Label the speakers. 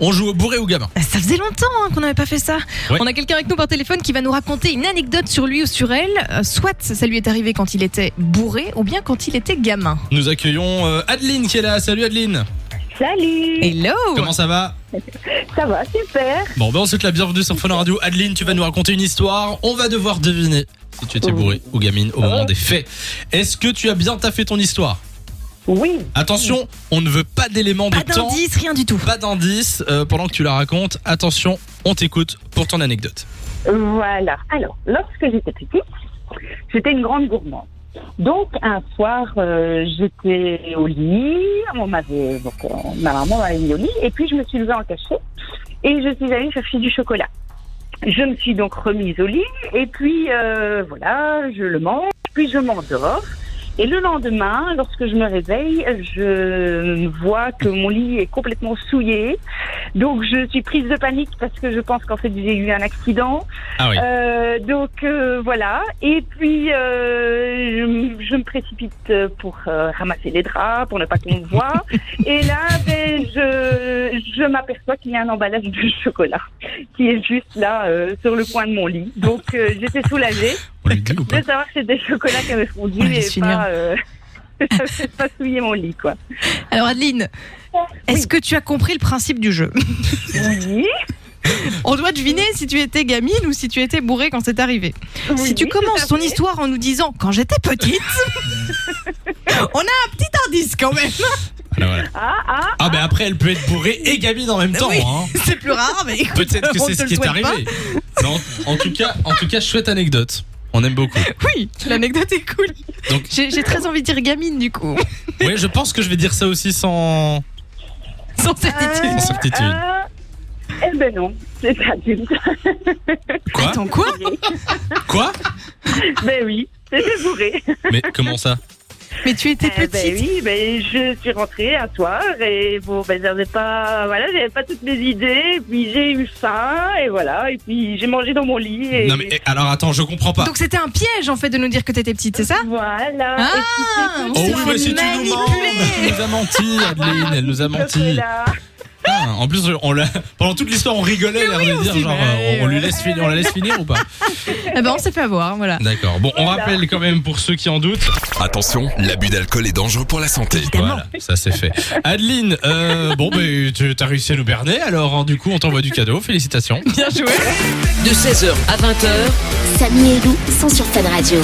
Speaker 1: On joue au bourré ou gamin
Speaker 2: Ça faisait longtemps hein, qu'on n'avait pas fait ça.
Speaker 1: Ouais.
Speaker 2: On a quelqu'un avec nous par téléphone qui va nous raconter une anecdote sur lui ou sur elle. Euh, soit ça lui est arrivé quand il était bourré ou bien quand il était gamin.
Speaker 1: Nous accueillons euh, Adeline qui est là. Salut Adeline.
Speaker 3: Salut
Speaker 2: Hello
Speaker 1: Comment ça va
Speaker 3: Ça va, super
Speaker 1: Bon, ben on souhaite la bienvenue sur Fun Radio. Adeline, tu vas nous raconter une histoire. On va devoir deviner si tu étais
Speaker 2: Oh.
Speaker 1: bourré ou gamine
Speaker 2: Ah.
Speaker 1: au moment des faits. Est-ce que tu as bien taffé ton histoire
Speaker 3: Oui,
Speaker 1: Attention, on ne veut pas d'éléments de
Speaker 2: Pas
Speaker 1: temps,
Speaker 2: d'indice, rien du tout.
Speaker 1: pas d'indices euh, pendant que tu la racontes. Attention, on t'écoute pour ton anecdote.
Speaker 3: voilà. Alors, lorsque j'étais petite, j'étais une grande gourmande. Donc, un soir, euh, j'étais au lit, on m'avait, donc, euh, ma maman m'avait mis au lit, et puis je me suis levée en cachet, et je suis allée chercher du chocolat. Je me suis donc remise au lit, et puis, euh, voilà, je le mange, puis je m'endors. Et le lendemain, lorsque je me réveille, je vois que mon lit est complètement souillé. Donc je suis prise de panique parce que je pense qu'en fait j'ai eu un accident.
Speaker 1: Ah oui.
Speaker 3: Euh, donc euh, voilà. Et puis euh, je, m- je me précipite pour euh, ramasser les draps, pour ne pas qu'on me voie. Et là, ben, je, je m'aperçois qu'il y a un emballage de chocolat qui est juste là euh, sur le coin de mon lit. Donc euh, j'étais soulagée
Speaker 1: On lui dit ou pas
Speaker 3: de savoir que c'est des chocolats qui avaient fondu
Speaker 2: Ouais,
Speaker 3: et
Speaker 2: c'est
Speaker 3: pas, euh, pas souiller mon lit quoi.
Speaker 2: Alors Adeline, est-ce que tu as compris le principe du jeu
Speaker 3: Oui.
Speaker 2: On doit deviner si tu étais gamine ou si tu étais bourré quand c'est arrivé. si
Speaker 3: oui,
Speaker 2: tu
Speaker 3: tout à
Speaker 2: commences ton
Speaker 3: fait.
Speaker 2: histoire en nous disant quand j'étais petite, on a un petit indice quand même.
Speaker 1: Voilà, voilà.
Speaker 3: Ah ah.
Speaker 1: Ah, ben après, elle peut être bourrée et gamine en même temps.
Speaker 2: Oui.
Speaker 1: hein.
Speaker 2: C'est plus rare, mais écoute,
Speaker 1: Peut-être que
Speaker 2: on
Speaker 1: c'est
Speaker 2: te
Speaker 1: ce
Speaker 2: le
Speaker 1: qui est
Speaker 2: souhaite pas.
Speaker 1: arrivé. Mais en, en tout cas, en tout cas, chouette anecdote. On aime beaucoup.
Speaker 2: Oui, l'anecdote est cool.
Speaker 1: Donc-
Speaker 2: J'ai j'ai très envie de dire gamine du coup,
Speaker 1: Oui, je pense que je vais dire ça aussi sans,
Speaker 2: sans
Speaker 3: Euh,
Speaker 2: certitude.
Speaker 1: sans certitude.
Speaker 3: Ah, eh ben non, c'est adulte.
Speaker 1: Quoi
Speaker 2: Attends, quoi
Speaker 1: Quoi
Speaker 3: ben oui, c'était bourré.
Speaker 1: Mais comment ça
Speaker 2: Mais tu étais
Speaker 3: Eh
Speaker 2: petite.
Speaker 3: ben oui, ben je suis rentrée un soir et bon, ben j'avais pas, voilà, j'avais pas toutes mes idées. Puis j'ai eu faim et voilà, et puis j'ai mangé dans mon lit. Et
Speaker 1: Non mais eh, alors attends, je comprends pas.
Speaker 2: Donc c'était un piège en fait de nous dire que t'étais petite, c'est ça
Speaker 3: Voilà.
Speaker 2: Ah,
Speaker 3: et
Speaker 2: on
Speaker 3: puis
Speaker 1: eh. Oh oui,
Speaker 3: c'est
Speaker 2: s'est
Speaker 3: tout.
Speaker 1: mais si tu nous
Speaker 2: manipulé.
Speaker 1: mens, elle nous a menti, Adeline, elle nous a menti.
Speaker 3: Chocolat.
Speaker 1: Ah, en plus, on l'a- pendant toute l'histoire, on rigolait, l'air de
Speaker 2: on
Speaker 1: dire
Speaker 2: s'est
Speaker 1: genre,
Speaker 2: marré,
Speaker 1: euh, on, on lui
Speaker 2: ouais.
Speaker 1: laisse finir, on la laisse finir ou pas
Speaker 2: Eh ben on s'est fait avoir, voilà.
Speaker 1: D'accord. Bon, on rappelle quand même pour ceux qui en doutent.
Speaker 4: Attention, l'abus d'alcool est dangereux pour la santé.
Speaker 1: Voilà, ça c'est fait. Adeline, euh, bon, ben, tu as réussi à nous berner, alors hein, du coup, on t'envoie du cadeau. Félicitations.
Speaker 2: Bien joué.
Speaker 5: de 16h à 20h.
Speaker 6: Samy et Lou sont sur Fan Radio.